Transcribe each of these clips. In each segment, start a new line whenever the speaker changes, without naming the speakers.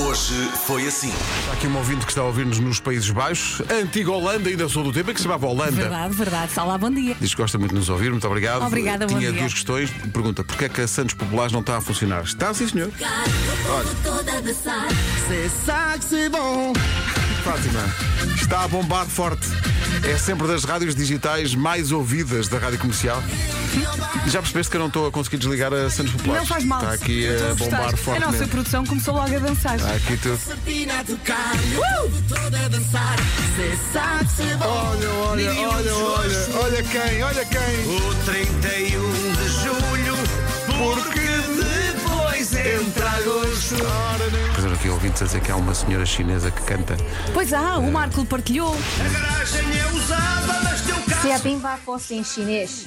Hoje foi assim.
Há aqui um ouvinte que está a ouvir-nos nos Países Baixos. A antiga Holanda, ainda sou do tempo em que se chamava Holanda.
Verdade, verdade. Olá, bom dia.
Diz que gosta muito de nos ouvir, muito obrigado.
Obrigada, bom
Tinha
dia.
duas questões. Pergunta: porquê é que a Santos Populares não está a funcionar? Está, sim, senhor.
Cê sabe que cê bom.
Fátima, está a bombar forte. É sempre das rádios digitais mais ouvidas da rádio comercial. Já percebeste que eu não estou a conseguir desligar a Santos Populares?
Não faz mal.
Está Tá aqui
Eu estou
a
assustada.
bombar Ah.
A
forte.
nossa produção começou logo a dançar.
Está aqui tudo.
Satina a tocar.
Uh!
Toda a dançar. Cê sabe que cê bom.
Olha, olha, olha, olha, olha quem, olha quem.
O 31 de julho, porque depois entra agosto.
Fazer aqui ouvintes a dizer que há uma senhora chinesa que canta.
Pois há, o Marco partilhou.
A garagem é usada, mas teu carro.
这些兵法 fosse em chinês。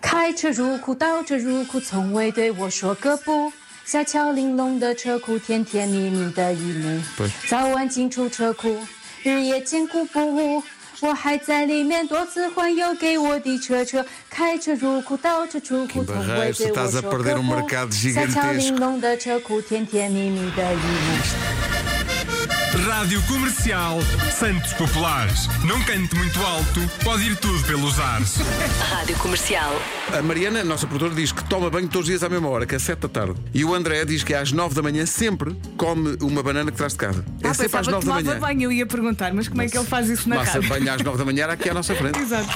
开车入库，倒车入库，从未对我说个不。小巧玲珑的车库，甜甜蜜蜜的一幕
对。
早晚进出车库，日夜艰苦不误。我还在里面多次环游给我的车车，开车入库，倒车出库，从
Barreiros,
未对
estás
我
a
说
perder
个
um mercado
不。小巧
gigantesco.
玲珑的车库，甜甜蜜蜜的一幕。
Rádio Comercial Santos Populares. Não cante muito alto, pode ir tudo pelos ares.
Rádio Comercial.
A Mariana, a nossa produtora, diz que toma banho todos os dias à mesma hora, que é às 7 da tarde. E o André diz que às 9 da manhã sempre come uma banana que traz de casa. É
Ah,
sempre às
pensava
9
que
da
tomava
manhã.
banho. Eu ia perguntar, mas como é que ele faz isso na
Nossa,
rádio?
banho às 9 da manhã era aqui à nossa frente.
Exato.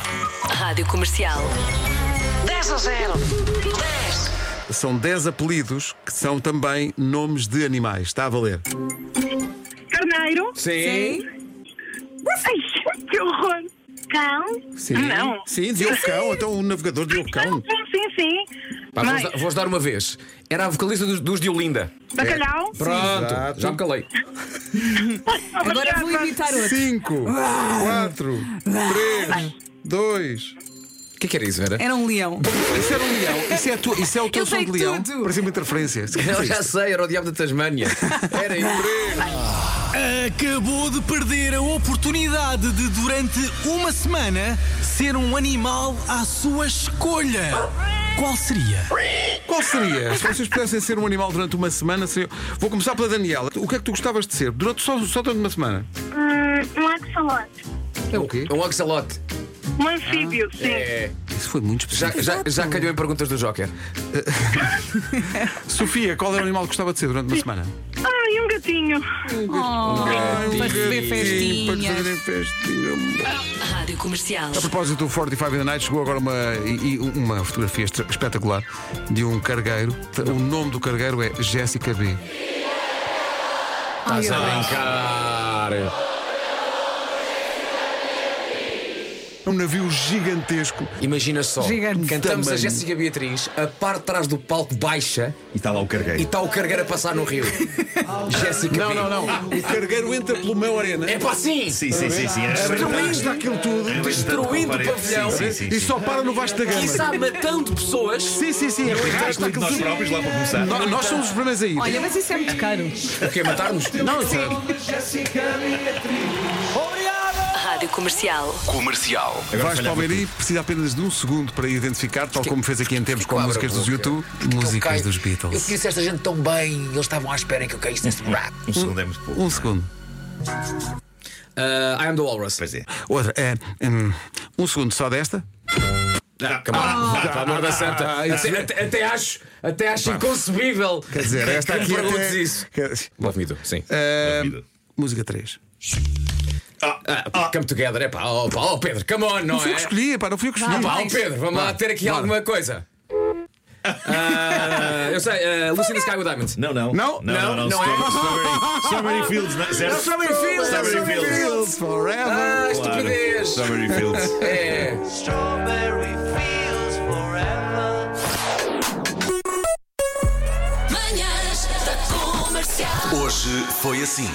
Rádio Comercial. 10 a 0. 10.
São 10 apelidos que são também nomes de animais. Está a valer.
Carneiro?
Sim.
Ai, que horror! Cão?
Sim.
Não.
Sim, Diogo Cão. Então o navegador Diogo Cão.
Sim, sim, sim.
Pá,
Mãe,
vou-vos, dar- vou-vos dar uma vez. Era a vocalista dos, dos de Olinda. É.
bacalhau?
Pronto,
Exato.
já me calei.
Agora vou imitar outro.
5, 4, 3, 2.
O que é que era isso, Vera?
Era um leão.
Isso era um leão. Isso é, a tua- isso é o teu
Eu
som
sei
de leão.
tudo.
Parecia uma interferência.
Eu já sei, era o Diabo da Tasmânia. Era isso.
Acabou de perder a oportunidade de, durante uma semana, ser um animal à sua escolha. Qual seria?
Qual seria? Se vocês pudessem ser um animal durante uma semana, seria... vou começar pela Daniela. O que é que tu gostavas de ser? Durante só, só durante uma semana?
Hum, um axolote.
É o quê?
Um oxalote.
Um anfíbio, sim.
É.
Isso foi muito
Já,
específico.
já, já calhou em perguntas do Joker.
Sofia, qual era o animal que gostava de ser durante uma semana?
Ai, um gatinho.
Oh, para receber festinhas.
Rádio Comercial.
A propósito do 45 in the Night, chegou agora uma, e- e uma fotografia estra- espetacular de um cargueiro. O nome do cargueiro é Jéssica B.
Estás a Ah, brincar.
É um navio gigantesco.
Imagina só.
Gigante.
Cantamos a
Tamanho.
Jéssica Beatriz, a parte de trás do palco baixa
E está lá o
e
cargueiro.
está o cargueiro a passar no rio. Jéssica
Não, não, não. O cargueiro entra pelo Mel Arena.
É para assim.
Sim, sim, sim, sim.
Destruindo aquilo tudo.
destruindo o pavilhão.
Sim, sim, sim.
E só para no Vasco da Gama.
E sabe matando pessoas.
Sim, sim, sim. É
Incluindo
fantástico aquilo
nós
tudo.
próprios lá para começar.
Nó- Nós somos os primeiros a ir.
Olha, mas isso é muito caro.
O quê? Matar-nos?
Não, sim.
Rádio Comercial.
Comercial.
Vais para o Beiri, precisa apenas de um segundo para identificar, tal como fez aqui em tempos com
Claro,
músicas dos
ok.
YouTube,
Eu
músicas
caio.
dos
Eu
Beatles.
conheço esta gente tão bem, eles estavam à espera que eu caísse neste buraco.
Um segundo é muito pouco.
Um segundo.
Uh, I am the Walrus.
Pois é.
Outra, é. hum, Um segundo só desta.
Pá, amor da santa.
Ah, isso
Ah, até, até- é- até acho, até acho inconcebível.
Quer dizer, esta
que
aqui
me perguntes
até-
isso.
Quer-
Love me do, sim.
Ah, Música 3.
Ah, come together, é pá, oh, pá, oh Pedro, come on, não
Não fui eu
é?
que escolhi, pá, não fui eu que escolhi.
Pá, oh Pedro, vamos lá ter aqui
Bora.
alguma coisa. Ah, eu sei, ah, Lucy in the Sky with Diamonds.
Não, não.
Não, É
não, não.
não é.
Strawberry- Strawberry Fields. não, é? Zero.
Strawberry Fields,
Strawberry Fields.
Forever.
Ah,
Claro.
estupidez.
Strawberry Fields.
É.
Manhãs da Comercial.
Hoje foi assim.